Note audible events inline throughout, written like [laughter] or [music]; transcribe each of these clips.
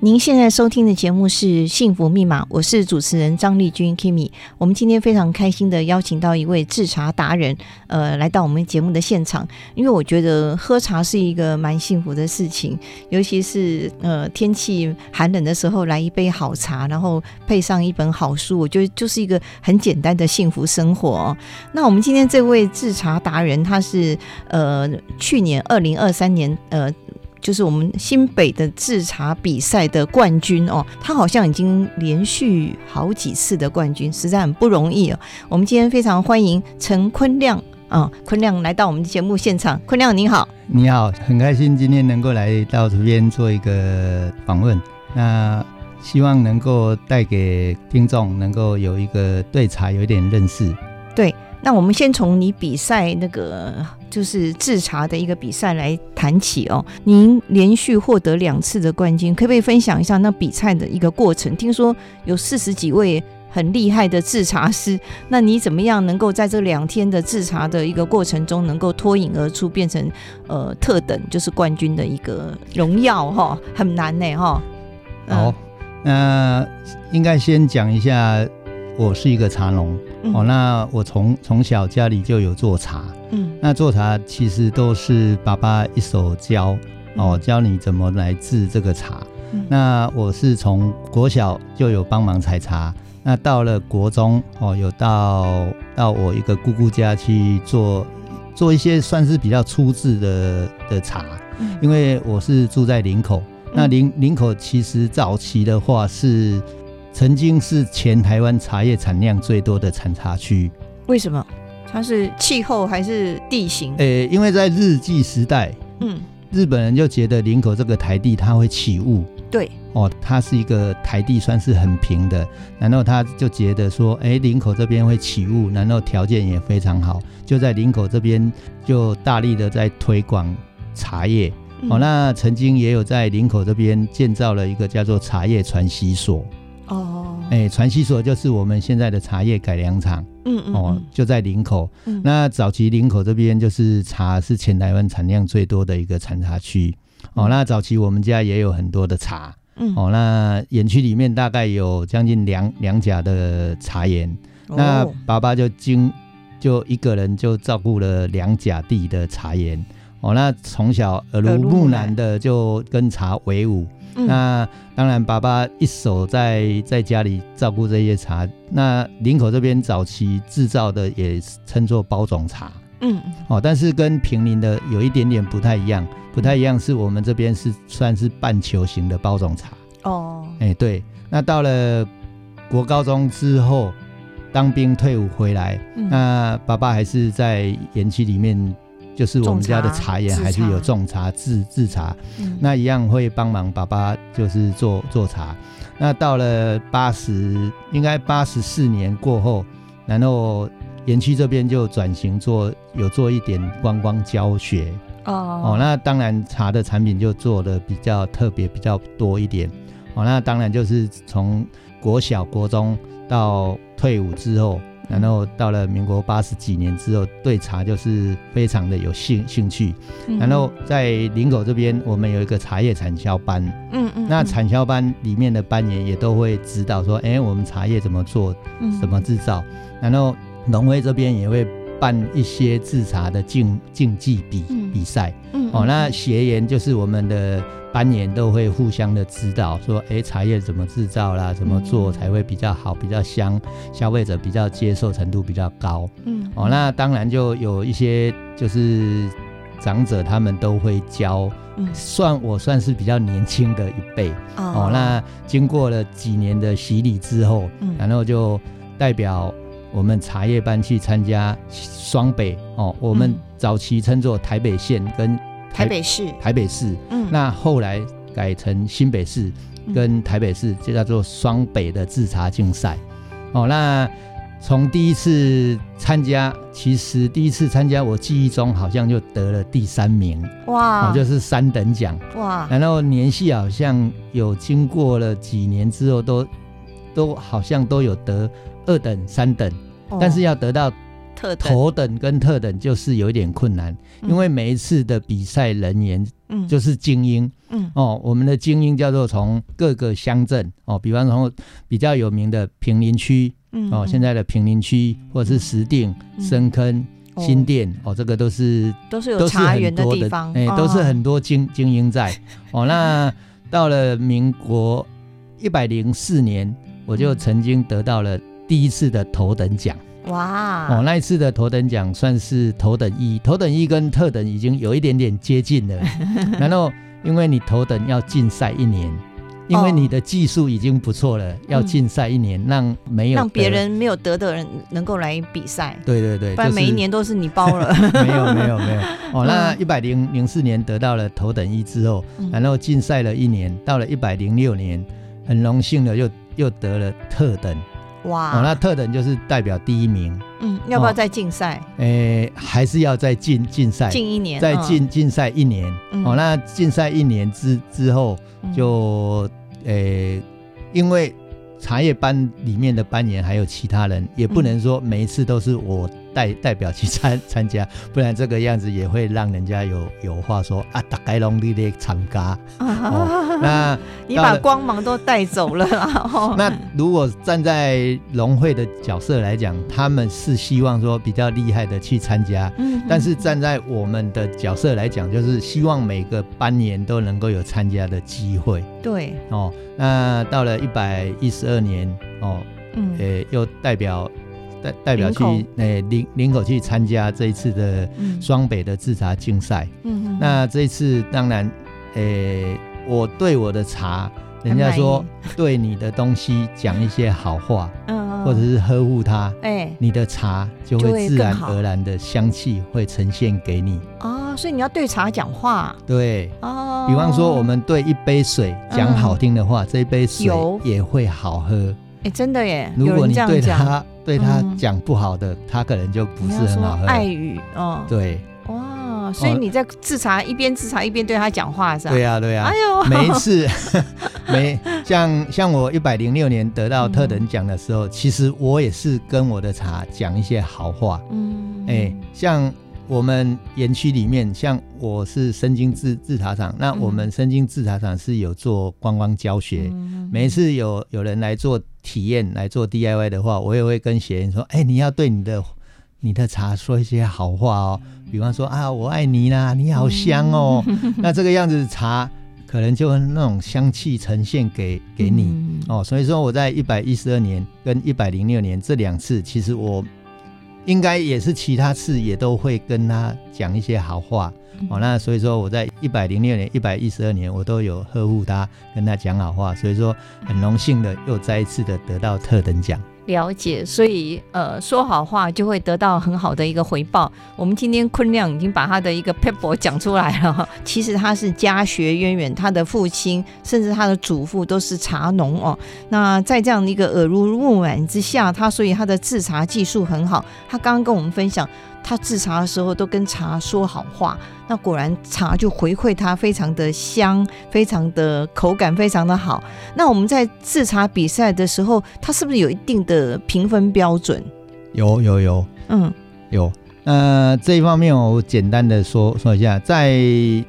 您现在收听的节目是《幸福密码》，我是主持人张丽君 Kimi。我们今天非常开心的邀请到一位制茶达人，呃，来到我们节目的现场。因为我觉得喝茶是一个蛮幸福的事情，尤其是呃天气寒冷的时候，来一杯好茶，然后配上一本好书，我觉得就是一个很简单的幸福生活、哦。那我们今天这位制茶达人，他是呃去年二零二三年呃。就是我们新北的制茶比赛的冠军哦，他好像已经连续好几次的冠军，实在很不容易哦。我们今天非常欢迎陈坤亮啊、坤亮来到我们节目现场。坤亮您好，你好，很开心今天能够来到这边做一个访问。那希望能够带给听众能够有一个对茶有一点认识。对，那我们先从你比赛那个就是制茶的一个比赛来谈起哦。您连续获得两次的冠军，可不可以分享一下那比赛的一个过程？听说有四十几位很厉害的制茶师，那你怎么样能够在这两天的制茶的一个过程中，能够脱颖而出，变成呃特等就是冠军的一个荣耀哈、很难呢哈。嗯好，那应该先讲一下，我是一个茶农、嗯哦。那我从从小家里就有做茶，嗯那做茶其实都是爸爸一手教哦，教你怎么来制这个茶。嗯那我是从国小就有帮忙采茶，那到了国中哦，有到到我一个姑姑家去做做一些算是比较粗制的的茶，嗯因为我是住在林口，那嗯林林口其实早期的话是曾经是全台湾茶叶产量最多的产茶区，为什么？它是气候还是地形？诶、因为在日据时代，嗯，日本人就觉得林口这个台地它会起雾，对，哦，它是一个台地算是很平的，然后他就觉得说，哎，林口这边会起雾，然后条件也非常好，就在林口这边就大力的在推广茶叶。嗯哦，那曾经也有在林口这边建造了一个叫做茶叶传习所，哦，哎，传习所就是我们现在的茶叶改良厂，嗯嗯哦，就在林口。嗯那早期林口这边就是茶是全台湾产量最多的一个产茶区。哦，那早期我们家也有很多的茶，嗯哦，那园区里面大概有将近两两甲的茶园，那哦爸爸就经就一个人就照顾了两甲地的茶园。哦，那从小耳耳濡濡目目染染的就跟茶为伍。嗯那当然，爸爸一手在在家里照顾这些茶。那林口这边早期制造的也称作包种茶。嗯哦，但是跟平林的有一点点不太一样，不太一样是我们这边是算是半球形的包种茶。哦哎、对，那到了国高中之后，当兵退伍回来，嗯那爸爸还是在园区里面，就是我们家的种茶茶园制还是有茶种茶、制制茶，嗯那一样会帮忙爸爸就是做做茶。那到了八十，应该八十四年过后，然后园区这边就转型做有做一点观光教学，哦哦，那当然茶的产品就做的比较特别，比较多一点。哦，那当然就是从国小、国中到退伍之后，然后到了民国八十几年之后，对茶就是非常的有兴兴趣。嗯然后在林口这边，我们有一个茶叶产销班，嗯嗯那嗯产销班里面的班员也都会指导说，哎、我们茶叶怎么做，嗯怎么制造。然后农会这边也会办一些制茶的竞竞技比嗯比赛。嗯哦，嗯那嗯学员就是我们的班员都会互相的指导，说，哎，茶叶怎么制造啦，嗯怎么做才会比较好，比较香，消费者比较接受程度比较高。哦嗯哦，那当然就有一些就是长者他们都会教嗯算我算是比较年轻的一辈哦。那经过了几年的洗礼之后，嗯然后就代表我们茶叶班去参加双北哦，我们嗯早期称作台北县跟台北市，台北市，嗯那后来改成新北市跟台北市，就叫做双北的制茶竞赛。哦，那从第一次参加，其实第一次参加，我记忆中好像就得了第三名，哇哦，就是三等奖。哇，然后年系好像有经过了几年之后都，都好像都有得二等、三等，哦但是要得到特等头等跟特等就是有一点困难，因为每一次的比赛人员嗯就是精英，嗯哦，我们的精英叫做从各个乡镇哦，比方从比较有名的平林区嗯哦，现在的平林区或者是石碇、嗯深坑、哦新店哦，这个都是都是都有是茶园很多地方，哎，哦都是很多精精英在哦。那到了民国一百零四年，我就嗯曾经得到了第一次的头等奖。哦，哇那一次的头等奖算是头等一，头等一跟特等已经有一点点接近 [laughs] 了。然后，因为你头等要竞赛一年，因为哦嗯你的技术已经不错了，要竞赛一年，让没有让别得。人没有得的人能够来比赛，对对对，不然就是每一年都是你包了。 [laughs] 没有没有没 [laughs] 有哦，那嗯一百零零四年得到了头等一之后，嗯然后竞赛了一年，到了一百零六年，很荣幸的又又得了特等哦，哇，那特等就是代表第一名，嗯，要不要哦再竞赛？诶，还是要再竞竞赛，近一年，在嗯竞竞赛一年、嗯哎哦，那竞赛一年之之后嗯就诶、因为茶叶班里面的班员还有其他人，也不能说每一次都是我代代表去参 [laughs] 参加，不然这个样子也会让人家有有话说啊，大概拢你咧参加。哦那 [laughs] 你到把了光芒都带走 [laughs] 了啦。嗯哦那如果站在农会的角色来讲，他们是希望说比较厉害的去参加，嗯但是站在我们的角色来讲，就是希望每个班年都能够有参加的机会对，哦。那到了一百一十二年哦，嗯呃，又代表代代表去林口呃林林口去参加这一次的嗯双北的制茶竞赛。嗯嗯那这一次当然，呃，我对我的茶，人家说对你的东西讲一些好话，嗯，或者是呵护它。哎你的茶就就会会自然更好而然的香气会呈现给你，啊，所以你要对茶讲话对，哦。嗯比方说我们对一杯水讲好听的话，这一杯水有也会好喝。哎，真的耶，如有果人你这样对讲它对它嗯讲不好的，它可能就不你是要很说好喝。爱语哦，对哦哇，所以你在制茶一边制茶一边对他讲话是吧？对呀对呀哎，呦，每一次 [laughs] 每像像我一百零六年得到特等奖的时嗯候，其实我也是跟我的茶讲一些好话。嗯哎，像我们园区里面，像我是深津制制茶厂，那我们嗯深津制茶厂是有做观光教学。嗯每一次有有人来做体验、来做 DIY 的话，我也会跟学员说：“哎、你要对你的你的茶说一些好话哦，嗯比方说啊，我爱你啦，你好香哦。 [laughs] 那这个样子茶可能就那种香气呈现给给你、嗯哦。所以说我在一百一十二年跟一百零六年这两次，其实我应该也是其他次也都会跟他讲一些好话。嗯哦，那所以说我在一百零六年、一百一十二年，我都有呵护他，跟他讲好话，所以说很荣幸的又再一次的得到特等奖。了解，所以呃，说好话就会得到很好的一个回报。我们今天坤亮已经把他的一个 paper 讲出来了， [laughs] 其实他是家学渊源，他的父亲甚至他的祖父都是茶农哦。那在这样的一个耳濡目染之下，他所以他的制茶技术很好。他刚刚跟我们分享，他制茶的时候都跟茶说好话，那果然茶就回馈他非常的香，非常的口感非常的好。那我们在制茶比赛的时候，它是不是有一定的评分标准？有有有嗯有，呃，这一方面我简单的说说一下，在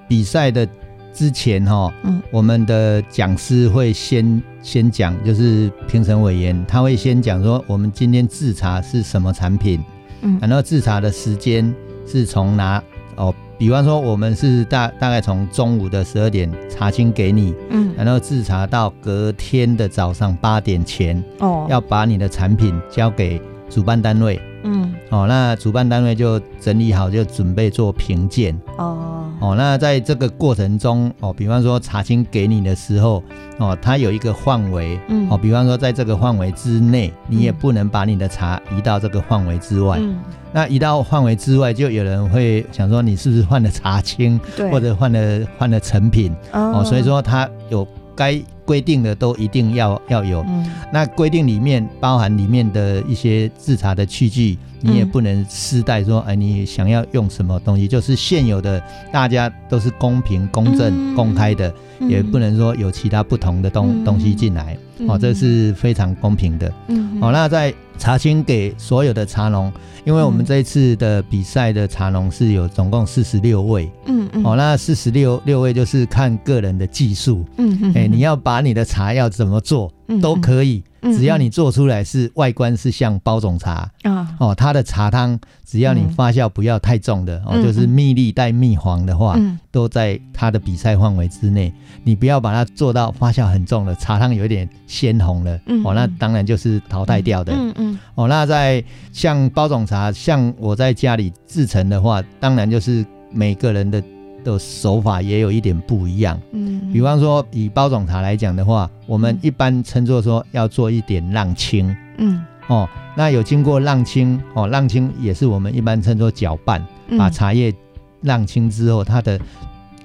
比赛的之前哈、嗯我们的讲师会先先讲，就是评审委员他会先讲说我们今天制茶是什么产品，嗯然后制茶的时间是从哪哦？比方说，我们是大大概从中午的十二点茶青给你，嗯然后制茶到隔天的早上八点前，哦要把你的产品交给主办单位嗯哦。那主办单位就整理好，就准备做评鉴哦哦，那在这个过程中，哦，比方说茶青给你的时候，哦，它有一个范围，嗯哦，比方说在这个范围之内，你也嗯不能把你的茶移到这个范围之外。嗯，那移到范围之外，就有人会想说你是不是换了茶青，对，或者换了换了成品哦哦，所以，说它有该规定的都一定要要有。嗯那规定里面包含里面的一些制茶的器具，你也嗯不能私带说，哎，你想要用什么东西，就是现有的，大家都是公平、公正、嗯公开的，嗯也不能说有其他不同的东、嗯东西进来，哦，这，是非常公平的。嗯哦好、，那在茶青给所有的茶农，因为我们嗯这一次的比赛的茶农是有总共四十六位，嗯嗯，哦，，那四十六六位就是看个人的技术，嗯嗯，哎、你要把你的茶要怎么做都可以，以只要你做出来是外观是像包种茶啊，哦，它的茶汤只要你嗯发酵不要太重的、嗯哦，就是蜜粒带蜜黄的话，嗯都在它的比赛范围之内，你不要把它做到发酵很重的茶汤有一点鲜红了，嗯哦，那嗯当然就是淘汰掉的。嗯嗯哦，那在像包种茶，像我在家里制成的话，当然就是每个人的的手法也有一点不一样。嗯，比方说以包种茶来讲的话，我们一般称作说要做一点浪青嗯，哦，那有经过浪青哦，浪青也是我们一般称作搅拌，嗯，把茶叶浪青之后，它的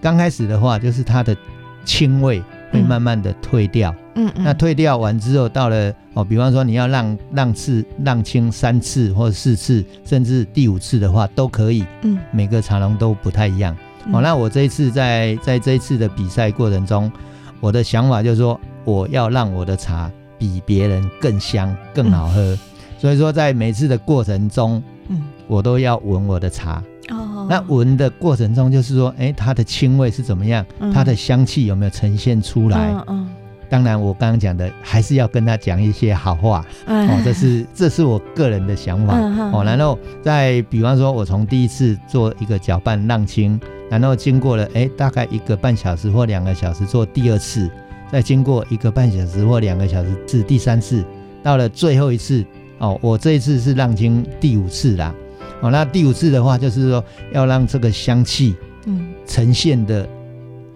刚开始的话就是它的青味会慢慢的退掉。嗯，嗯那退掉完之后，到了哦，比方说你要浪浪次、浪青三次或四次，甚至第五次的话都可以，嗯，每个茶农都不太一样。哦，那我这一次在在这一次的比赛过程中，我的想法就是说，我要让我的茶比别人更香、更好喝。所以说，在每次的过程中，嗯我都要闻我的茶。哦，那闻的过程中，就是说，哎，它的青味是怎么样？它的香气有没有呈现出来？嗯当然，我刚刚讲的还是要跟他讲一些好话嗯，哦，这是这是我个人的想法嗯嗯哦。然后再比方说，我从第一次做一个搅拌浪青，然后经过了诶大概一个半小时或两个小时做第二次，再经过一个半小时或两个小时至第三次，到了最后一次哦，我这一次是浪青第五次啦。哦，那第五次的话，就是说要让这个香气嗯呈现的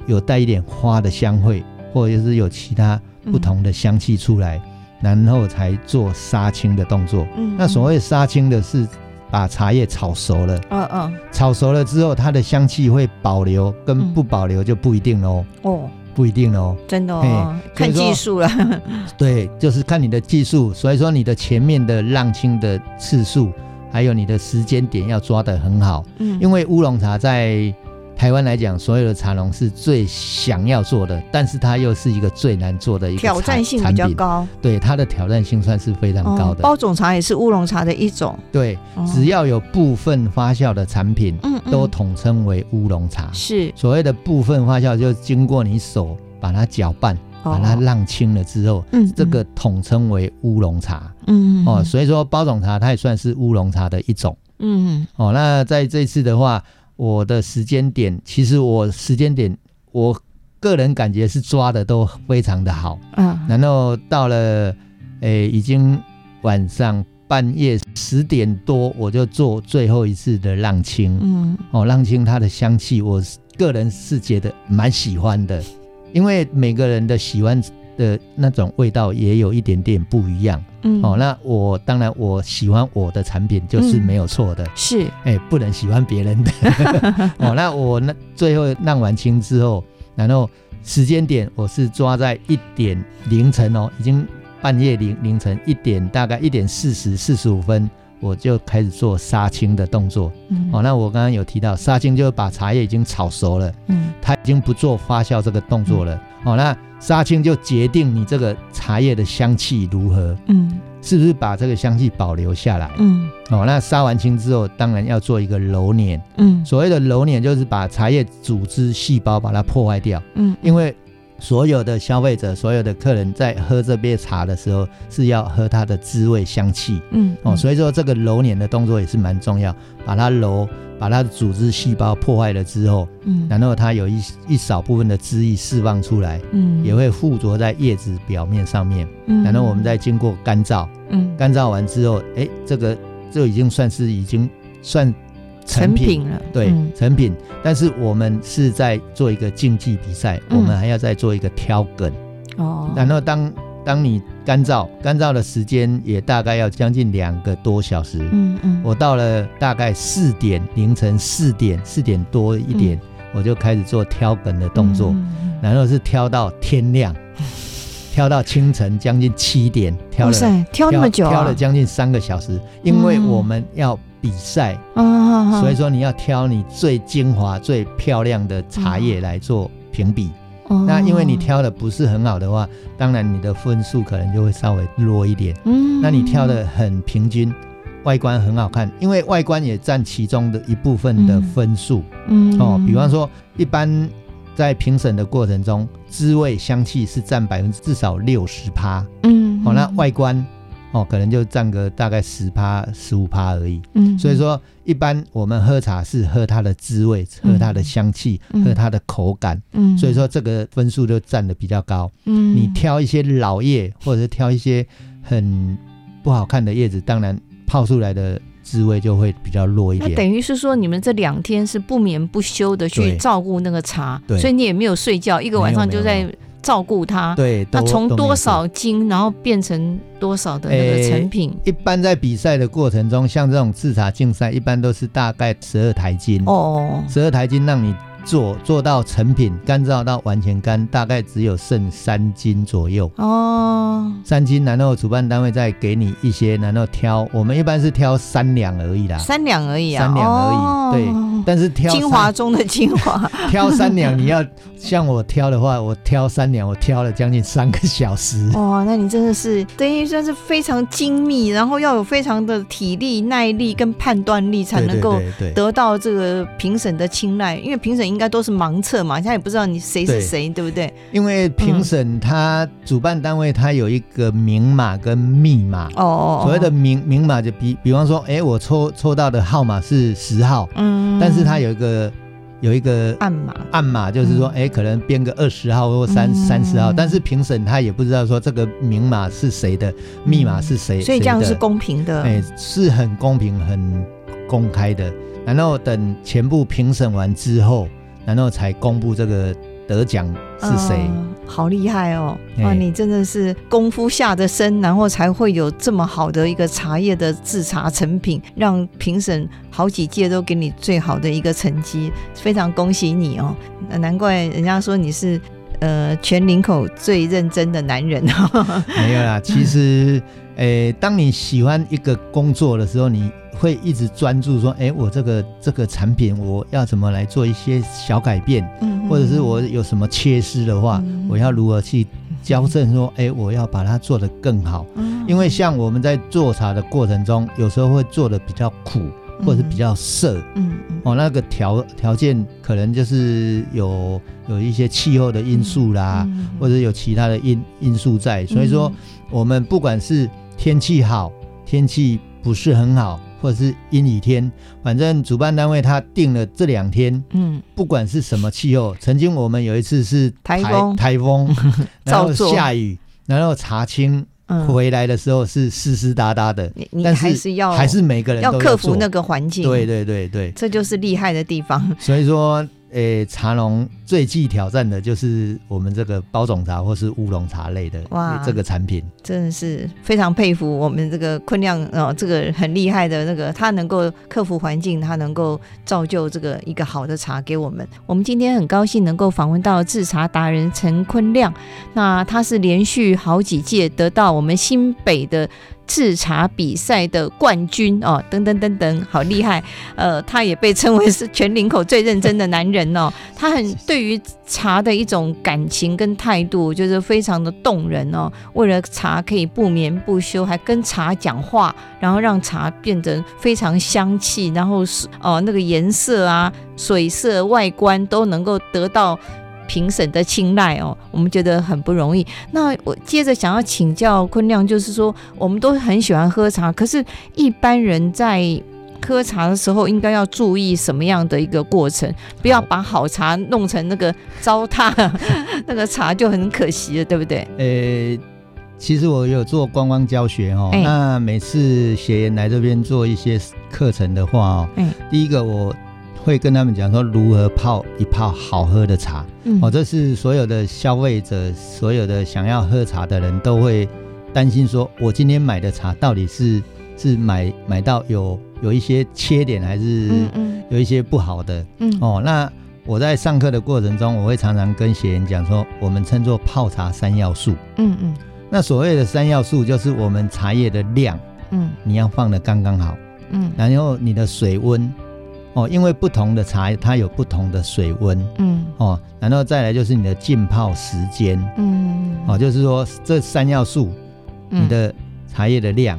有带一点花的香味，或者是有其他嗯不同的香气出来，然后才做杀青的动作。嗯，那所谓谓杀青的是把茶叶炒熟了，哦哦炒熟了之后，它的香气会保留嗯跟不保留就不一定喽，哦，不一定喽。真的哦，看技术 [laughs] 了，对，就是看你的技术，所以说你的前面的浪青的次数，还有你的时间点要抓得很好。嗯因为乌龙茶在台湾来讲，所有的茶农是最想要做的，但是它又是一个最难做的一个挑战茶性比较，产品高，哦对它的挑战性算是非常高的。包种茶也是乌龙茶的一种，哦对，只要有部分发酵的产品，嗯都啊统称为乌龙茶。是所谓的部分发酵，就经过你手把它搅拌，哦把它浪清了之后，嗯这个统称为乌龙茶。嗯哦，所以说包种茶它也算是乌龙茶的一种。嗯哦，那在这次的话，我的时间点，其实我时间点，我个人感觉是抓的都非常的好。啊然后到了，诶、已经晚上半夜十点多，我就做最后一次的浪青。嗯哦，浪青它的香气，我是个人是觉得蛮喜欢的，因为每个人的喜欢的那种味道也有一点点不一样。嗯哦，那我当然我喜欢我的产品就是嗯没有错的。是哎、不能喜欢别人的。哦，那我那最后浪完清之后，然后时间点我是抓在一点凌晨哦，已经半夜凌凌晨一点，大概一点四十四十五分，我就开始做杀青的动作。嗯哦，那我刚刚有提到杀青就是把茶叶已经炒熟了，嗯它已经不做发酵这个动作了。哦，那杀青就决定你这个茶叶的香气如何，嗯是不是把这个香气保留下来？嗯哦，那杀完青之后，当然要做一个揉捻。嗯所谓的揉捻，就是把茶叶组织细胞把它破坏掉。嗯因为所有的消费者、所有的客人在喝这杯茶的时候，是要喝它的滋味、香气嗯哦。所以说，这个揉捻的动作也是蛮重要，把它揉，把它的组织细胞破坏了之后，嗯然后它有一一少部分的汁液释放出来，嗯也会附着在叶子表面上面。嗯然后我们再经过干燥。嗯干燥完之后，哎，这个就已经算是已经算成品，了，对、嗯成品。但是我们是在做一个竞技比赛，嗯我们还要再做一个挑梗。哦，然后当当你干燥，干燥的时间也大概要将近两个多小时。嗯嗯，我到了大概四点，凌晨四点四点多一点，我就开始做挑梗的动作，嗯，嗯嗯然后是挑到 [laughs] 天亮，挑到清晨将近七点，挑哇了塞，挑那么久啊，嗯挑了将近三个小时，因为我们要比赛，啊，所以说你要挑你最精华、最漂亮的茶叶来做评比。哦那因为你，挑的不是很好的话，当然你的分数可能就会稍微弱一点。嗯那你挑的很平均，外观很好看，因为外观也占其中的一部分的分数、嗯哦。比方，说，一般在评审的过程中，滋味、香气是占百分之至少六十趴嗯，哦，那嗯，外观哦可能就占个大概十趴、十五趴而已。嗯，所以说，一般我们喝茶是喝它的滋味，嗯喝它的香气，嗯喝它的口感，嗯，所以说这个分数就占的比较高。嗯，你挑一些老叶，或者是挑一些很不好看的叶子，当然泡出来的滋味就会比较弱一那点。等于是说，你们这两天是不眠不休的去对照顾那个茶，对所以你也没有睡觉，一个晚上没有就没有在照顾它。对，那都从都没有多少斤，然后变成多少的那个诶成品？一般在比赛的过程中，像这种制茶竞赛，一般都是大概十二台斤，哦，十二台斤让你做做到成品，干燥到完全干，大概只有剩三斤左右。哦，三斤，然后主办单位再给你一些，然后挑，我们一般是挑三两而已啦。三两而已啊，三两而已哦、但是挑精三华中的精华， [laughs] 挑三两，你要像我挑的话，我挑三两，我挑了将近三个小时。哇，哦那你真的是等于算是非常精密，然后要有非常的体力、耐力跟判断力，才能够对对对得到这个评审的青睐。因为评审应该都是盲测嘛，他也不知道你谁是对谁，对不对？因为评审他、主办单位他有一个明码跟密码，哦哦，哦所谓的明明码就比比方说，哎，我抽抽到的号码是十号，嗯，但是他有一个有一个暗码，暗码，就是说，嗯哎、可能编个二十号或三嗯三十号，但是评审他也不知道说这个明码是谁的，密码是谁，嗯所以这样是谁的公平的。哎、是很公平、很公开的。然后等全部评审完之后，然后才公布这个得奖哎是谁。嗯好厉害哦！哇，哎你真的是功夫下的身，然后才会有这么好的一个茶叶的制茶成品，让评审好几届都给你最好的一个成绩，非常恭喜你哦！呃难怪人家说你是呃全林口最认真的男人 [laughs] 哦。没有 [laughs] 啦，其实，诶、当你喜欢一个工作的时候，你会一直专注说，诶、哎我这个这个产品我要怎么来做一些小改变，嗯或者是我有什么缺失的话，嗯我要如何去矫正？说，诶、我要把它做得更好。嗯因为像我们在做茶的过程中，有时候会做的比较苦，或者是比较涩。嗯嗯哦，那个条条件可能就是有有一些气候的因素啦，嗯或者有其他的因因素在，所以说我们不管是天气好，天气不是很好，或者是阴雨天，反正主办单位他定了这两天，嗯不管是什么气候，曾经我们有一次是台风台 [laughs] 风，然后照做下雨，然后茶青嗯，回来的时候是湿湿哒哒的，你嗯你但还是是要还是每个人要都克服做那个环境，对，对对对。这就是厉害的地方。所以说，诶、茶农最具挑战的就是我们这个包种茶或是乌龙茶类的哇这个产品。真的是非常佩服我们这个坤亮哦，这个很厉害的那个，他能够克服环境，他能够造就这个一个好的茶给我们。我们今天很高兴能够访问到制茶达人陈坤亮，那他是连续好几届得到我们新北的制茶比赛的冠军哦，等等等等，好厉害！呃，他也被称为是全林口最认真的男人哦，他很对于茶的一种感情跟态度，就是非常的动人哦。为了茶可以不眠不休，还跟茶讲话，然后让茶变得非常香气，然后是哦那个颜色啊、水色、外观都能够得到。评审的青睐哦，我们觉得很不容易。那我接着想要请教坤亮，就是说，我们都很喜欢喝茶，可是一般人在喝茶的时候，应该要注意什么样的一个过程？不要把好茶弄 [laughs] 成那个糟蹋，那个茶就很可惜了，对不对？诶、呃其实我有做观光教学哦，哎那每次学员来这边做一些课程的话哦，哎第一个我会跟他们讲说如何泡一泡好喝的茶，嗯哦，这是所有的消费者、所有的想要喝茶的人都会担心说，我今天买的茶到底是是买买到有有一些缺点，还是嗯嗯有一些不好的？嗯哦，那我在上课的过程中，我会常常跟学员讲说，我们称作泡茶三要素。嗯嗯那所谓的三要素，就是我们茶叶的量，嗯你要放的刚刚好，嗯然后你的水温，哦，因为不同的茶它有不同的水温，嗯哦，然后再来就是你的浸泡时间，嗯哦，就是说这三要素，你的茶叶的量、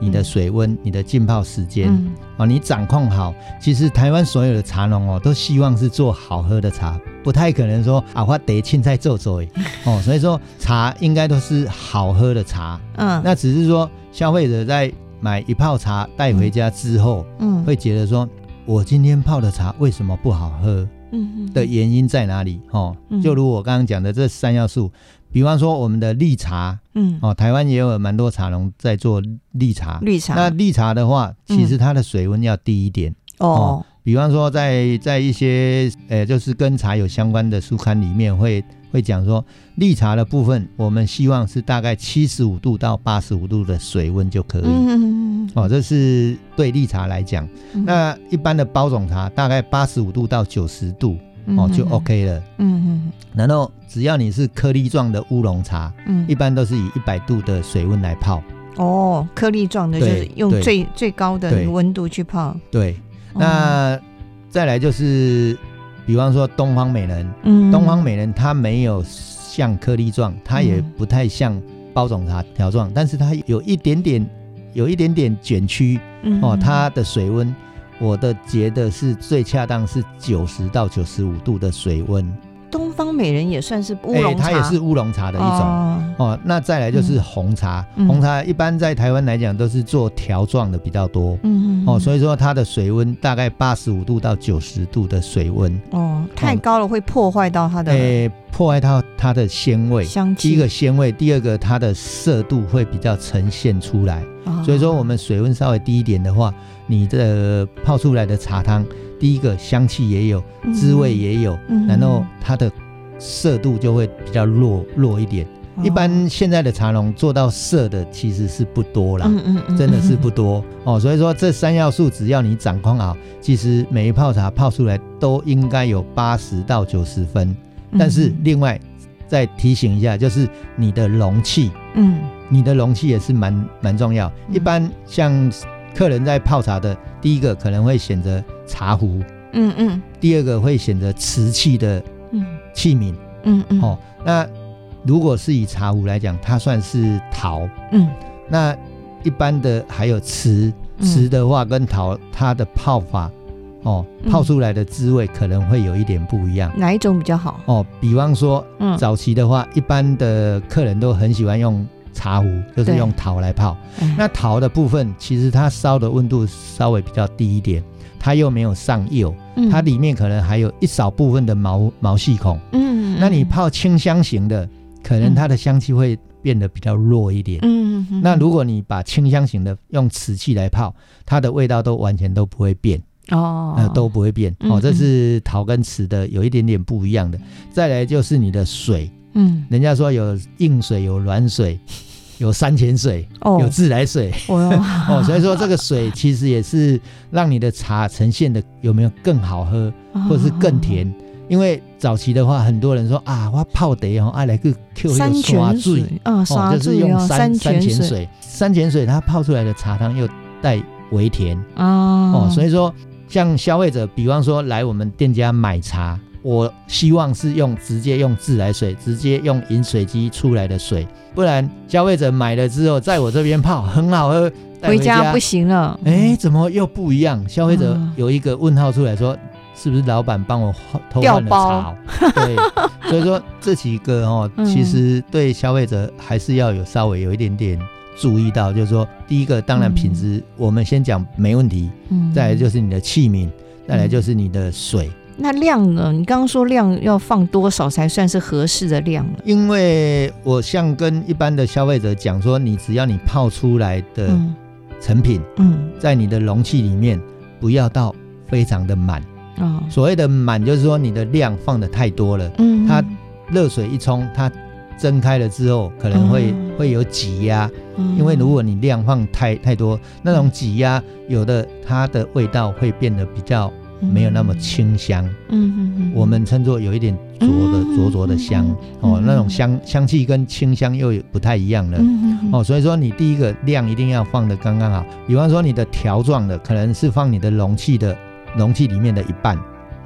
你的水温、你的浸泡时间，嗯哦，你掌控好。其实台湾所有的茶农哦，都希望是做好喝的茶，不太可能说啊，我得青菜做做而已哦，所以说茶应该都是好喝的茶，嗯那只是说消费者在买一泡茶带回家之后，嗯会觉得说。我今天泡的茶为什么不好喝？嗯的原因在哪里？哦嗯，就如我刚刚讲的这三要素，比方说我们的绿茶嗯哦，台湾也有蛮多茶农在做绿茶。绿茶嗯那绿茶的话，其实它的水温要低一点。哦比方说在，在一些呃，就是跟茶有相关的书刊里面会会讲说，绿茶的部分，我们希望是大概七十五度到八十五度的水温就可以。嗯嗯哦，这是对绿茶来讲。嗯那一般的包种茶大概八十五度到九十度哦就 OK 了。嗯然后只要你是颗粒状的乌龙茶，嗯嗯一般都是以一百度的水温来泡。哦颗粒状的就是用最最高的温度去泡哦对，那再来就是，比方说东方美人，嗯东方美人它没有像颗粒状，它也嗯不太像包种茶条状，但是它有一点点，有一点点卷曲嗯哦，它的水温。我的觉得是最恰当是九十到九十五度的水温，哎东方美人也算是乌龙茶它也是乌龙茶的一种。种哦，那再来就是红茶，嗯红茶一般在台湾来讲都是做条状的比较多。嗯哦，所以以说它的水温大概八十五度到九十度的水温，哦太高了会破坏到它的诶、破坏到它的鲜味。香气第一个鲜味，第二个它的色度会比较呈现出来。哦所以说我们水温稍微低一点的话，你的泡出来的茶汤，第一个香气也有，滋味也有，嗯然后它的色度就会比较弱弱一点。哦一般现在的茶农做到色的其实是不多啦，嗯嗯嗯真的是不多哦。所以说这三要素只要你掌控好，其实每一泡茶泡出来都应该有八十到九十分。嗯但是另外再提醒一下，就是你的容器，嗯你的容器也是蛮蛮重要。嗯一般像客人在泡茶的，第一个可能会选择茶壶，嗯嗯第二个会选择瓷器的嗯器皿嗯嗯哦。那如果是以茶壶来讲，它算是陶。嗯那一般的还有瓷，嗯瓷的话跟陶它的泡法，哦，嗯泡出来的滋味可能会有一点不一样。哪一种比较好哦，比方说嗯早期的话，一般的客人都很喜欢用茶壶，就是对用陶来泡。哎那陶的部分，其实它烧的温度稍微比较低一点，它又没有上釉，嗯它里面可能还有一少部分的毛毛细孔。嗯嗯那你泡清香型的，可能它的香气会变得比较弱一点。嗯嗯嗯那如果你把清香型的用瓷器来泡，它的味道都完全都不会变，哦呃，都不会变。嗯哦，嗯这是陶跟瓷的有一点点不一样的。再来就是你的水，嗯人家说有硬水、有软 [laughs] 水、有山泉水、哦有自 [laughs] 来水。我要哦，所以说这个水其实也是让你的茶呈现的有没有更好喝， [laughs] 哦或者是更甜。因为早期的话，很多人说啊，我泡茶哦，爱来个 Q 山那个刷啊泉醉水。啊，哦，沙就是醉用哦，山泉泉水，山泉水它泡出来的茶汤又带微甜啊哦，所以以说像消费者，比方说来我们店家买茶，我希望是用直接用自来水，直接用饮水机出来的水，不然消费者买了之后，在我这边泡很好喝，带回家家不行了。哎，怎么又不一样？消费者嗯有一个问号出来说，是不是老板帮我换偷调换了包茶？ [laughs] 对，所以说这几个哦，嗯其实对消费者还是要有稍微有一点点注意到，就是说，第一个当然嗯品质我们先讲没问题，嗯再来就是你的器皿，再来就是你的水，那量呢？你刚刚说量要放多少才算是合适的量呢？因为我像跟一般的消费者讲说，你只要你泡出来的嗯成品，嗯在你的容器里面不要到非常的满。哦所谓的满，就是说你的量放的太多了，嗯，它热水一冲，它蒸开了之后可能会、嗯会有挤压，嗯因为如果你量放太太多，那种挤压有的它的味道会变得比较没有那么，清香，嗯嗯嗯，嗯我们称作有一点浊的嗯浊浊的香、嗯哦嗯，那种香香气跟清香又有不太一样了。嗯嗯嗯哦，所以说你第一个量一定要放的刚刚好，比方说你的条状的可能是放你的容器的容器里面的一半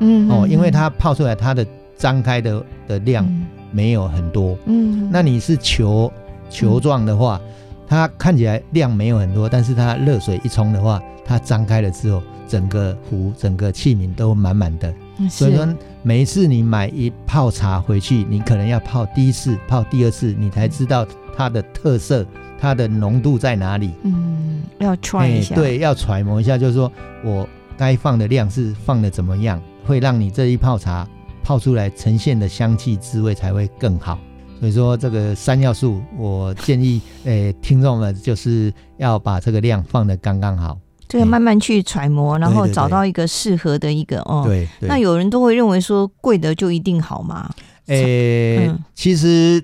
嗯嗯哦，因为它泡出来它的张开的的量没有很多。嗯，嗯那你是球球状的嗯话，它看起来量没有很多，但是它热水一冲的话，它张开了之后，整个壶、整个器皿都满满的。所嗯以是说，每一次你买一泡茶回去，你可能要泡第一次、泡第二次，你才知道它的特色、它的浓度在哪里。嗯要 try 一下，，哎对，要揣摩一下，就是说我该放的量是放的怎么样，会让你这一泡茶泡出来呈现的香气滋味才会更好。所以说这个三要素，我建议诶、听众们就是要把这个量放的刚刚好。这个嗯慢慢去揣摩，然对后对找对到一个适合的一个哦。对，那有人都会认为说贵的就一定好吗？诶、嗯其实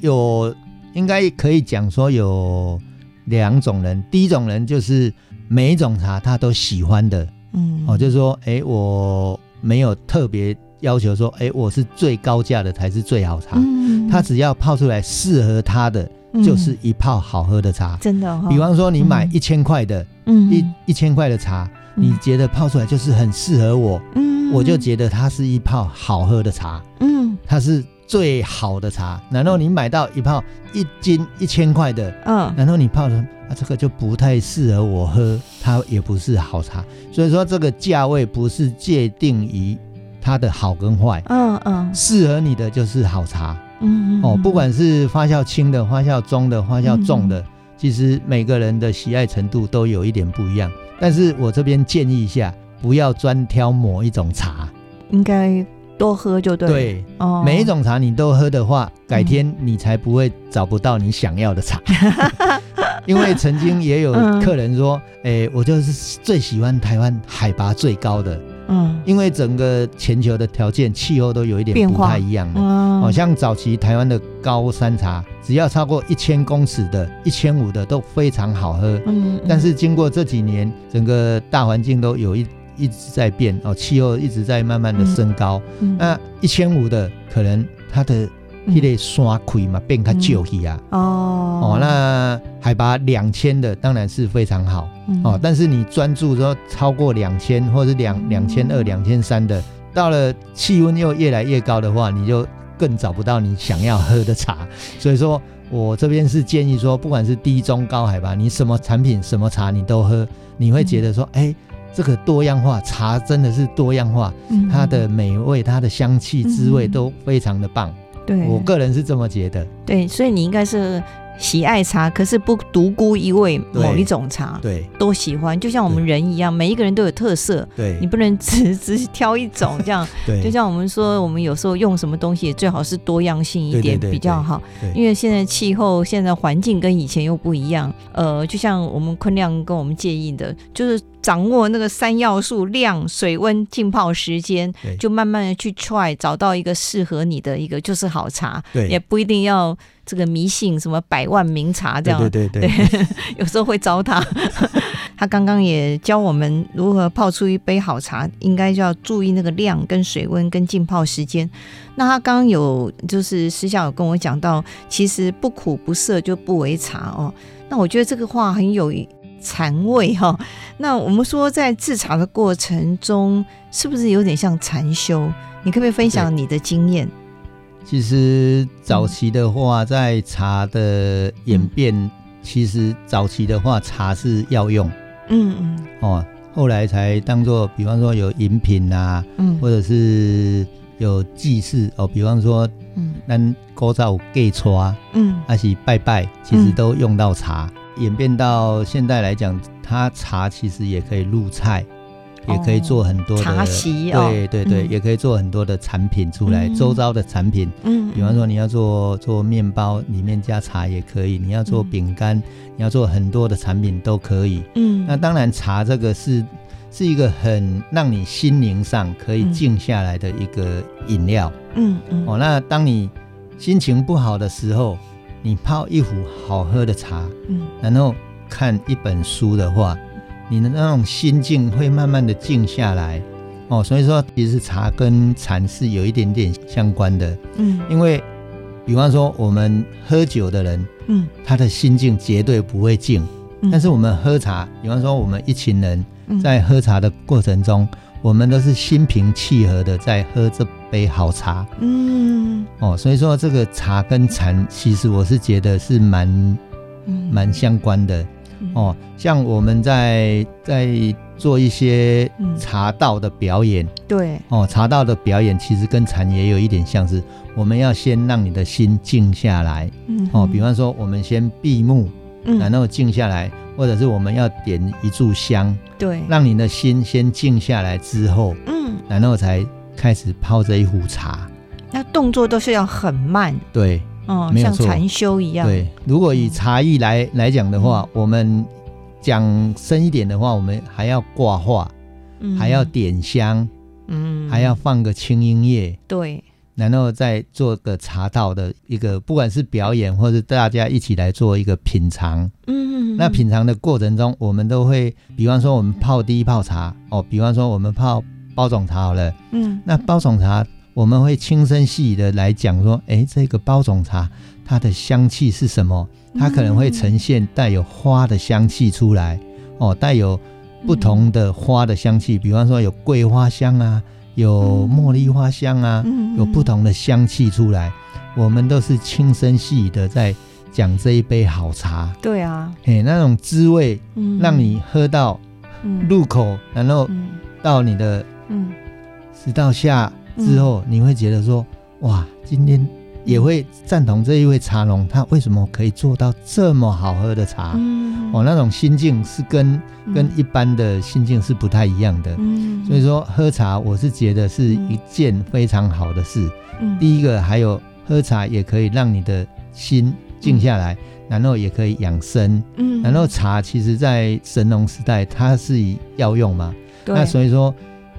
有应该可以讲说有两种人，第一种人就是每一种茶他都喜欢的，嗯，哦，就是说，哎、我没有特别要求说，哎、我是最高价的才是最好茶，嗯，它只要泡出来适合它的，嗯就是一泡好喝的茶。真的哈。比方说，你买嗯一千块的，嗯一一千块的茶，你觉得泡出来就是很适合我，嗯我就觉得它是一泡好喝的茶，嗯它是最好的茶。然后你买到一泡一斤一千块的，嗯然后你泡成啊，这个就不太适合我喝，它也不是好茶。所以说，这个价位不是界定于它的好跟坏，嗯嗯适合你的就是好茶嗯哦。不管是发酵轻的、发酵中的、发酵重嗯的，其实每个人的喜爱程度都有一点不一样。但是我这边建议一下，不要专挑某一种茶。应该多喝就嗯对了。对，哦，每一种茶你都喝的话，改天你才不会找不到你想要的 [laughs] 茶。因为曾经也有嗯客人说，诶、我就是最喜欢台湾海拔最高的，嗯因为整个全球的条件、气候都有一变点不化太一样了。嗯好、像早期台湾的高山茶，只要超过一千公尺的、一千五的都非常好喝。嗯，但是经过这几年，整个大环境都有一一直在变哦，气候一直在慢慢的嗯升高。嗯那啊一千五的可能它的迄个山块嘛变较少去啊。哦哦，那海拔两千的当然是非常好嗯哦，但是你专注说超过两千或者两两千二、两千三的，到了气温又越来越高的话，你就更找不到你想要喝的茶。 [laughs] 所以说我这边是建议说，不管是低、中、高海拔，你什么产品、什么茶你都喝，你会觉得说，哎、这个多样化茶真的是多样化，嗯它的美味、它的香气、滋味都非常的棒。对我个人是这么觉得。对，所以你应该 [laughs] 是喜爱茶，可是不独孤一味某对一种茶，对都喜欢，就像我们人一样，每一个人都有特色，你对不能只只挑一种这样。对就像我们说，我们有时候用什么东西也最好是多样性一对对点对比较对好，对因为现在气候、现在环境跟以前又不一样。呃，就像我们坤亮跟我们建议的，就是掌握那个三要素：量、水温、浸泡时间对，就慢慢的去 try，找到一个适合你的一个就是好茶，对也不一定要这个迷信什么百万名茶这样。对对有时候会糟蹋。 [laughs] 他刚刚也教我们如何泡出一杯好茶，应该就要注意那个量、跟水温、跟浸泡时间。那他刚刚有就是私下有跟我讲到，其实不苦不涩就不为茶哦。那我觉得这个话很有禅味哈、哦。那我们说在制茶的过程中，是不是有点像禅修？你可不可以分享你的经验？其实早期的话，在茶的演变，其实早期的话，茶是药用嗯嗯哦，后来才当做，比方说有饮品啊，嗯或者是有祭祀哦，比方说嗯咱古早有祭祀啊，嗯还是拜拜，其实都用到茶。演变到现代来讲，它茶其实也可以入菜，也可以做很多的、哦茶席哦对对对，嗯也可以做很多的产品出来，嗯周遭的产品。嗯，比方说，你要做做面包，里面加茶也可以；你要做嗯饼干，你要做很多的产品都可以。嗯，那当然，茶这个是是一个很让你心灵上可以嗯静下来的一个饮料、嗯嗯哦。那当你心情不好的时候，你泡一壶好喝的茶，嗯然后看一本书的话，你的那种心境会慢慢的静下来哦。所以说，其实茶跟禅是有一点点相关的，嗯因为比方说我们喝酒的人，嗯，他的心境绝对不会静。嗯但是我们喝茶，比方说我们一群人嗯在喝茶的过程中，我们都是心平气和的在喝这杯好茶嗯哦。所以说，这个茶跟禅，其实我是觉得是蛮嗯蛮相关的哦。像我们在在做一些嗯茶道的表演对哦，茶道的表演其实跟禅也有一点像是，我们要先让你的心静下来嗯哦。比方说，我们先闭目，嗯然后静下来，或者是我们要点一炷香。对让你的心先静下来之后，嗯然后才开始泡这一壶茶。那动作都是要很慢对哦，没有像错禅修一样嗯对，如果以茶艺来来讲的话，我们讲深一点的话，我们还要挂画，嗯还要点香，嗯还要放个轻音乐。对然后再做个茶道的一个，不管是表演或是大家一起来做一个品尝。嗯那品尝的过程中，我们都会，比方说我们泡第一泡茶哦，比方说我们泡包种茶好了，嗯那包种茶，我们会轻声细语的来讲说，诶，这个包种茶它的香气是什么？它可能会呈现带有花的香气出来，哦，带有不嗯同的花的香气，比方说有桂花香啊，有茉莉花香啊，嗯有不同的香气出来。我们都是轻声细语的在讲这一杯好茶，对啊，诶，那种滋味嗯让你喝到嗯入口，然后嗯到你的嗯直到下之后，你会觉得说，哇，今天也会赞同这一位茶农，他为什么可以做到这么好喝的茶？嗯哦，那种心境是跟嗯跟一般的心境是不太一样的。嗯所以说，喝茶我是觉得是一件非常好的事。嗯第一个，还有喝茶也可以让你的心静下来，然后也可以养生。嗯然后茶其实，在神农时代，它是以药用嘛，对那所以说，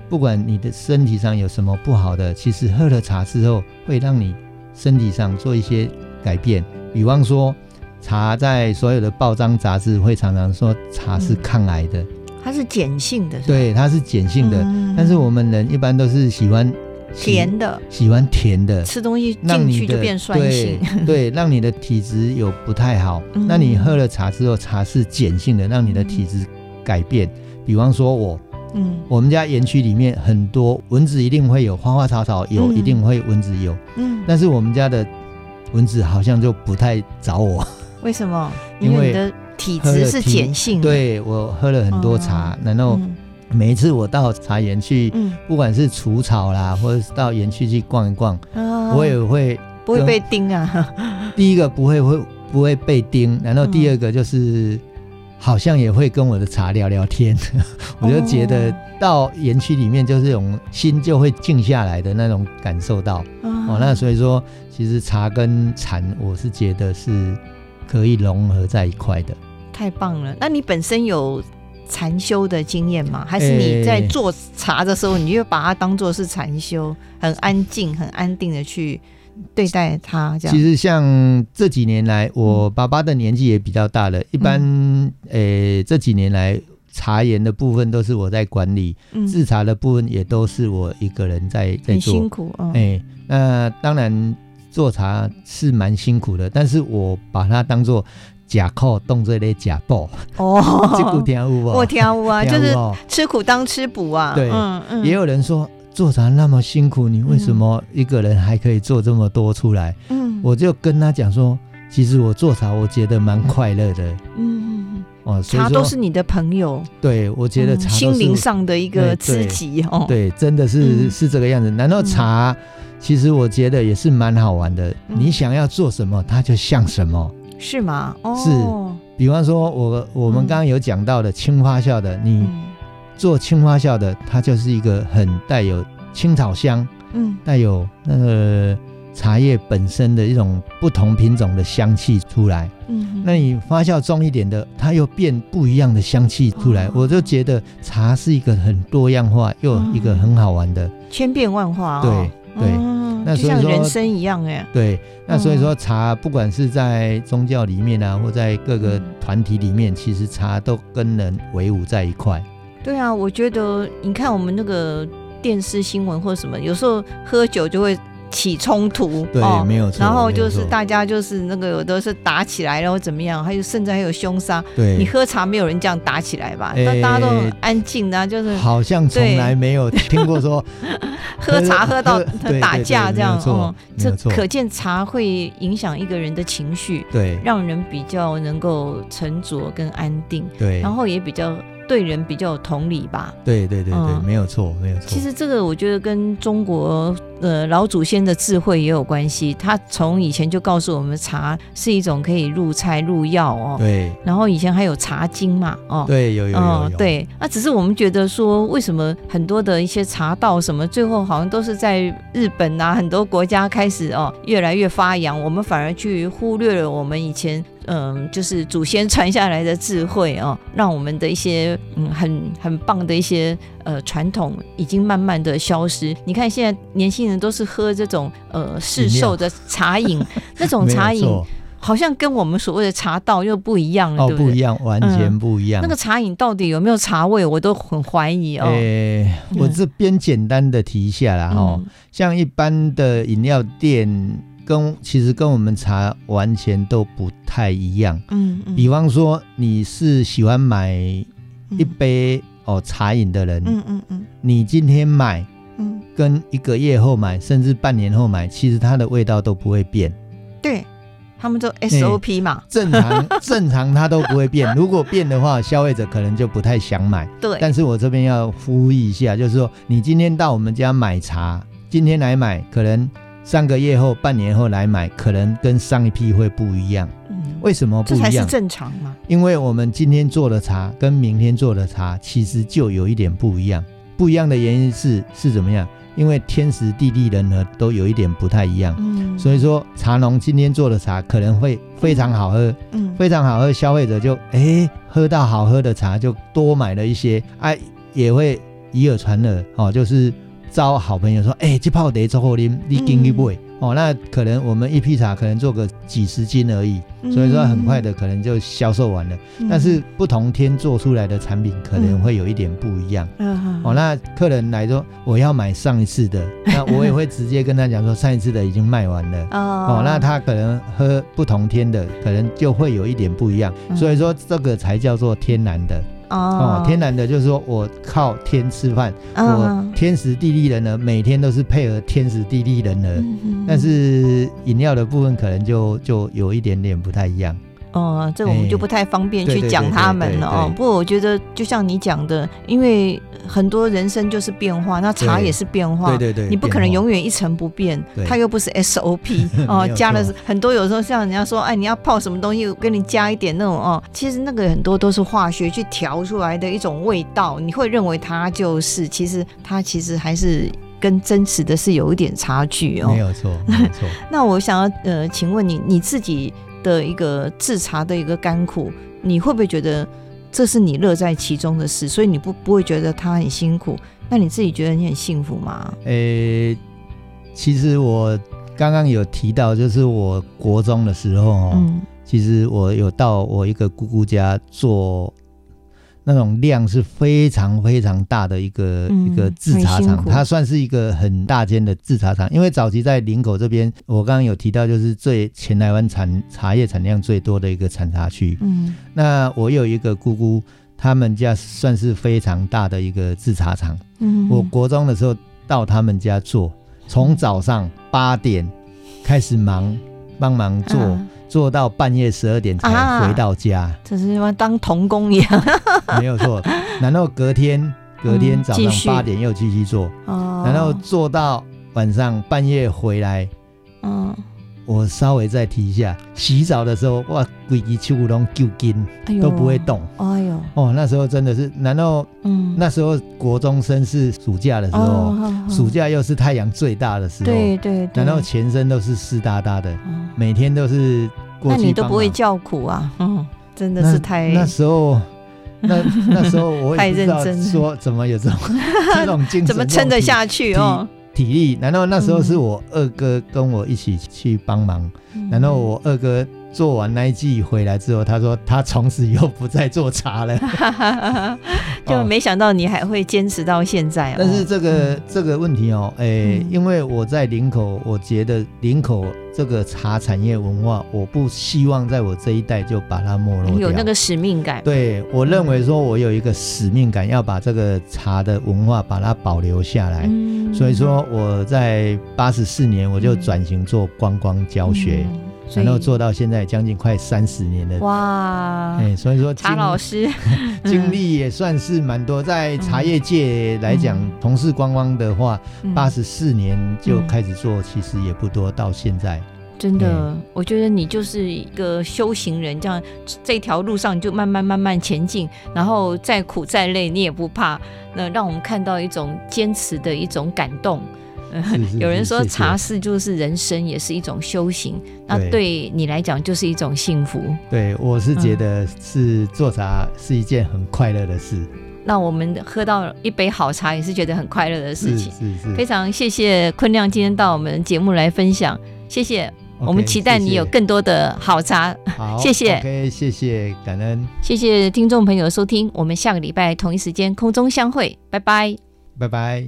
不管你的身体上有什么不好的，其实喝了茶之后会让你身体上做一些改变。比方说，茶在所有的报章杂志会常常说茶是抗癌的，它是碱性的是吧，对，它是碱性的。嗯但是我们人一般都是喜欢喜甜，的，喜欢甜的，吃东西让进你去的就变酸性， [laughs] 对对，让你的体质有不太好。嗯那你喝了茶之后，茶是碱性的，让你的体质改变。比方说我。嗯我们家园区里面很多蚊子一定会有，花花草草有，嗯一定会蚊子有。嗯，但是我们家的蚊子好像就不太哦找我。为什么？因因为为你的体质是碱性的，对哦我喝了很多茶，然后嗯每一次我到茶园去，嗯，不管是除草啦，或者是到园区去逛一逛，啊我也会不会被叮啊，第一个不会会不会被叮，然后第二个就是。好像也会跟我的茶聊聊天， [laughs] 我就觉得哦到园区里面就是有种心就会静下来的那种感受到。哦，哦那所以说，其实茶跟禅，我是觉得是可以融合在一块的。太棒了。那你本身有禅修的经验吗？还是你在诶做茶的时候，你就把它当做是禅修，很安静、很安定的去对啊嗯待它，这样其实像这几年来，我爸爸的年纪也比较大嗯了，一般呃、这几年来茶园的部分都是我在管理，嗯制茶的部分也都是我一个人在在很辛做。苦哎、嗯那当然做茶是蛮辛苦的，但是我把它当做假靠动这类假报，哦这股听有无？我听无 [laughs] 啊，听就有是无吃苦当吃补啊。对嗯嗯，也有人说做茶那么辛苦，你为什么一个人还可以做这么多出来？嗯，我就跟他讲说，其实我做茶，我觉得蛮快乐的嗯嗯嗯，哦。所以茶说，都是你的朋友，对我觉得嗯茶都是、心灵上的一个哎对知己哦。，对，真的是、嗯是这个样子。然后茶，其实我觉得也是蛮好玩的。嗯你想要做什么，它就像什么。是吗？哦，是比方说我，我们嗯刚刚有讲到的轻发酵的，你嗯做青花酵的，它就是一个很带有青草香，嗯带有那个茶叶本身的一种不同品种的香气出来。嗯，那你发酵重一点的，它又变不一样的香气出来。哦我就觉得茶是一个很多样化又有一个很好玩的。千变万化哦对，对嗯那就所以像说人生一样哎，对，那所以说嗯茶不管是在宗教里面啊，或在各个嗯团体里面，其实茶都跟人为伍在一块。对啊，我觉得你看我们那个电视新闻或者什么，有时候喝酒就会起冲突，哦对，没有错。然后就没是有错大家就是那个有的是打起来，然后怎么样，还有甚至还有凶杀。对，你喝茶没有人这样打起来吧？大、哎大家都很安静的、啊，就是好像对从来没有听过说喝茶喝到喝对打架对对这样哦没有错没这有错可见茶会影响一个人的情绪，对让人比较能够沉着跟安定，[laughs] 对，然后也比较对人比较有同理吧。对对对对，嗯没有错，没有错。其实这个我觉得跟中国呃老祖先的智慧也有关系，他从以前就告诉我们，茶是一种可以入菜入药哦，对然后以前还有茶经嘛，哦。对有有有嗯有，，对，那只是我们觉得说，为什么很多的一些茶道什么，最后好像都是在日本啊，很多国家开始哦越来越发扬，我们反而去忽略了我们以前嗯，就是祖先传下来的智慧哦，让我们的一些嗯很很棒的一些呃传统已经慢慢的消失。你看现在年轻人都是喝这种呃市售的茶饮，那种没有哦茶饮错好像跟我们所谓的茶道又不一样了，哦对不不对一？样，完全嗯不一样。那个茶饮到底有没有茶味，我都很怀疑哦。诶、我嗯这边简单的提一下啦，哈、嗯像一般的饮料店跟其实跟我们茶完全都不太一样。嗯嗯，比方说你是喜欢买一嗯杯、哦茶饮的人，嗯嗯嗯你今天买嗯，跟一个月后买，甚至半年后买，其实它的味道都不会变。嗯对他们都 SOP 嘛，[laughs] 正常正常它都不会变，如果变的话，消费者可能就不太想买。对，但是我这边要呼吁一下，就是说，你今天到我们家买茶，今天来买，可能三个月后、半年后来买，可能跟上一批会不一样。嗯为什么不这一才是样？正常嘛。因为我们今天做的茶跟明天做的茶其实就有一点不一样。不一样的原因是是怎么样？因为天时地利人和都有一点不太一样，嗯，所以说茶农今天做的茶可能会非常好喝，嗯非常好喝，消费者就诶喝到好喝的茶就多买了一些，啊，也会以耳传耳哦，就是招好朋友说，诶，这泡茶做好啉，你跟一杯、哦，那可能我们一批茶可能做个几十斤而已，所以说很快的可能就销售完了。嗯，但是不同天做出来的产品可能会有一点不一样。嗯哦，那客人来说我要买上一次的，那我也会直接跟他讲说上一次的已经卖完了。哦哦，那他可能喝不同天的，可能就会有一点不一样，嗯所以说这个才叫做天然的哦哦。天然的就是说我靠天吃饭，我嗯天时地利人和，每天都是配合天时地利人和。嗯但是饮料的部分可能就就有一点点不太一样。哦，这我们就不太方便哎去讲他们了对对对对哦对。不过我觉得，就像你讲的，因为很多人生就是变化，那茶对也是变化，对对你不可能永远一成不变对，它又不是 [laughs] SOP 哦没有，加了错很多有时候像人家说，哎，你要泡什么东西，我给你加一点那种哦，其实那个很多都是化学去调出来的一种味道，你会认为它就是，其实它其实还是跟真实的是有一点差距哦没。有错，没有 [laughs] 错。那我想要呃，请问你你自己的一个制茶的一个甘苦，你会不会觉得这是你乐在其中的事，所以你不不会觉得它很辛苦？那你自己觉得你很幸福吗？诶、其实我刚刚有提到，就是我国中的时候哦，嗯。其实我有到我一个姑姑家做，那种量是非常非常大的一个、嗯一个制茶很辛厂，苦它算是一个很大间的制茶厂。因为早期在林口这边，我刚刚有提到，就是最前台湾产茶叶产量最多的一个产茶区。嗯那我有一个姑姑，他们家算是非常大的一个制茶厂。嗯，我国中的时候到他们家做，从早上八点开始忙，帮忙做。啊做到半夜十二点才回到家，这是要当童工一 [laughs] 样没有错。然后隔天隔天啊嗯早继上续八点又继续做，哦。然后做到晚上半夜回来，嗯，我稍微再提一下，洗澡的时候哇，规只秋龙旧筋哎呦都不会动哎呦，哦，那时候真的是，难道嗯，那时候国中生是暑假的时候，哦暑假又是太阳最大的时候，对对对，难道全身都是湿哒哒的，哦每天都是过那去你都帮不会忙叫苦啊？嗯，真的是太那时候， [laughs] 那那时候我太也不知认道真了说怎么有这 [laughs] 种这种精神，怎么撑得下嗯去哦？这种体体力？难道那时候是我二哥跟我一起去帮忙？嗯难道我二哥做完那一季回来之后，他说他从此以后不再做茶了？嗯 [laughs] [laughs] 就哦没想到你还会坚持到现在哦？但是这个、这个问题哦，哎、嗯因为我在林口，我觉得林口这个茶产业文化，我不希望在我这一代就把它没落掉。嗯有哎那个使命感，对我认为说，我有一个使命感，要把这个茶的文化把它保留下来。嗯，所以说，我在八十四年我就转型做观光教学，嗯，所以然后做到现在将近快三十年的。哇，哎，所以说查经老师 [laughs] 嗯经历也算是蛮多，在茶叶界来讲，嗯从事观光的话，嗯八十四年就开始做，其实也不多，到现在。真的，嗯我觉得你就是一个修行人，这样这条路上你就慢慢慢慢前进，然后再苦再累你也不怕，那让我们看到一种坚持的一种感动。嗯是是有人说是谢谢茶室就是人生，也是一种修行。那对对你来讲就是一种幸福。对，我嗯是觉得是做茶是一件很快乐的事，那我们喝到一杯好茶也是觉得很快乐的事是情。是是非。常谢谢坤亮今天到我们节目来分享，谢谢。我们 OK，期待你有谢谢更多的好茶。好，谢谢 OK，谢谢，感恩，谢谢听众朋友收听，我们下个礼拜同一时间空中相会，拜拜。拜拜。